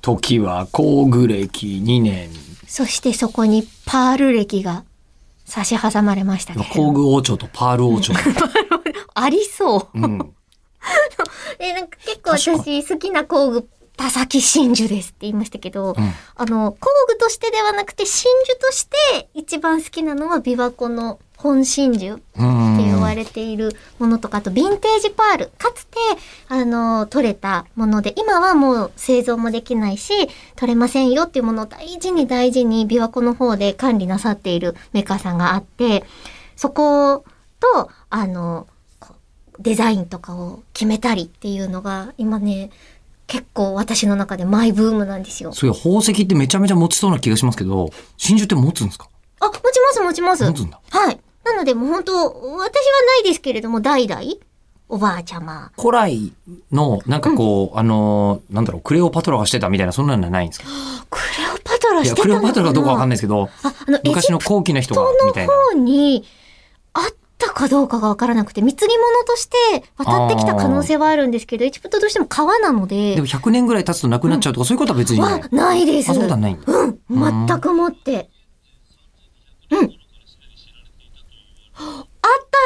時は工具歴2年。そしてそこにパール歴が差し挟まれましたけれど工具王朝とパール王朝。ありそう。うん。え、なんか結構私好きな工具、田崎真珠ですって言いましたけうど、んあの、工具としてではなくて真珠として一番好きなのは琵琶湖の本真珠。うん。って呼ばれているものとか、あとヴィンテージパール。かつて、あの、取れたもので、今はもう製造もできないし、取れませんよっていうものを大事に大事に琵琶湖の方で管理なさっているメーカーさんがあって、そこと、あの、こうデザインとかを決めたりっていうのが、今ね、結構私の中でマイブームなんですよ。そういう宝石ってめちゃめちゃ持ちそうな気がしますけど、真珠って持つんですかあ、持ちます持ちます。持つんだ。はい。なのでもう本当、私はないですけれども、代々、おばあちゃま、古来の、なんかこう、あのー、なんだろう、クレオパトラがしてたみたいな、そんなのはないんですかクレオパトラいしや、てたクレのかなオパトラかどうかわかんないいな。ですけど、あ、あの、エジプ昔の高貴な人が、みたトいな。の方にあったかどうかがわからなくて、貢ぎ物として渡ってきた可能性はあるんですけど、エジプトどうしても川なので、でも100年ぐらい経つとなくなっちゃうとか、そういうことは別にない。はないです。あ、そうだ、ないんだ。うん、うん全くもって。うん。あっ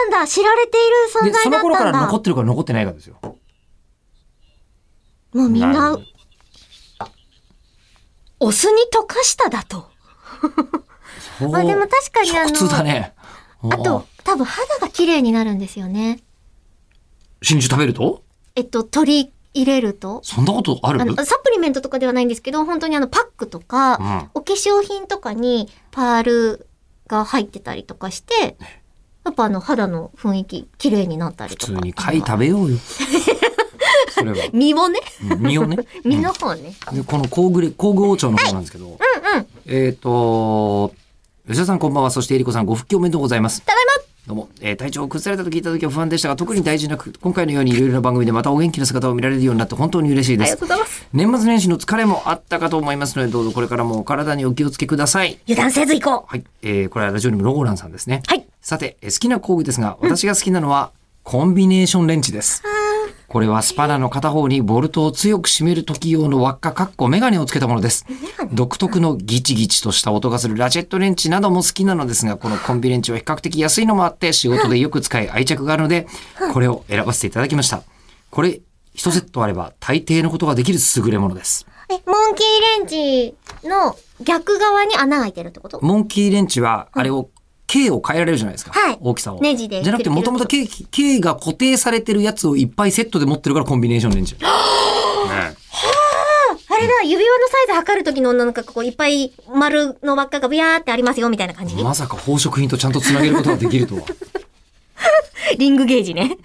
たんだ知られている存で、その在だ頃っからたんだ。残ってるか残ってないかですよ。もうみんななる、お酢に溶かしただと。ほどまあでも確かにあの普通だね。あと、多分肌が綺麗になるんですよね。真珠食べるとえっと、取り入れると。そんなことあるあの、サプリメントとかではないんですけど、本当にあの、パックとか、うんお化粧品とかにパールが入ってたりとかして、やっぱあの、肌の雰囲気、綺麗になったり普と通か。に貝食べようよ。 それは。身をね、うん身をね。身の方ね。でこの工具れ、工具王朝の方なんですけど。うんうん。えっ、と、吉田さんこんばんは。そしてえりこさんご復帰おめでとうございます。ただいまどうも、えー体調を崩されたと聞いた時は不安でしたが、特に大事なく、今回のようにいろいろな番組でまたお元気な姿を見られるようになって本当に嬉しいあでりがすと。うございます。年末年始の疲れもあったかと思いますので、どうぞこれからもお体にお気をつけください。油断せず行こうはい。えーこれはラジオネームロゴランさんですね。はい。さて、えー好きな工具ですが、私が好きなのは、コンビネーションレンチです。これはスパナの片方にボルトを強く締める時用の輪っか、かっこメガネをつけたものです。独特のギチギチとした音がするラジェットレンチなども好きなのですが、このコンビレンチは比較的安いのもあって、仕事でよく使い愛着があるので、これを選ばせていただきました。これ、一セットあれば大抵のことができる優れものです。え、モンキーレンチの逆側に穴が開いてるってことモンキーレンチは、あれを、径を変えられるじゃないですか。はい大きさを。ネジでじゃなくて、もともと径、径が固定されてるやつをいっぱいセットで持ってるからコンビネーション レンチ。ねあれだ、指輪のサイズ測るときの女の子がこういっぱい丸の輪っかがビヤーってありますよみたいな感じ、まさか宝飾品とちゃんとつなげることができるとは。リングゲージね。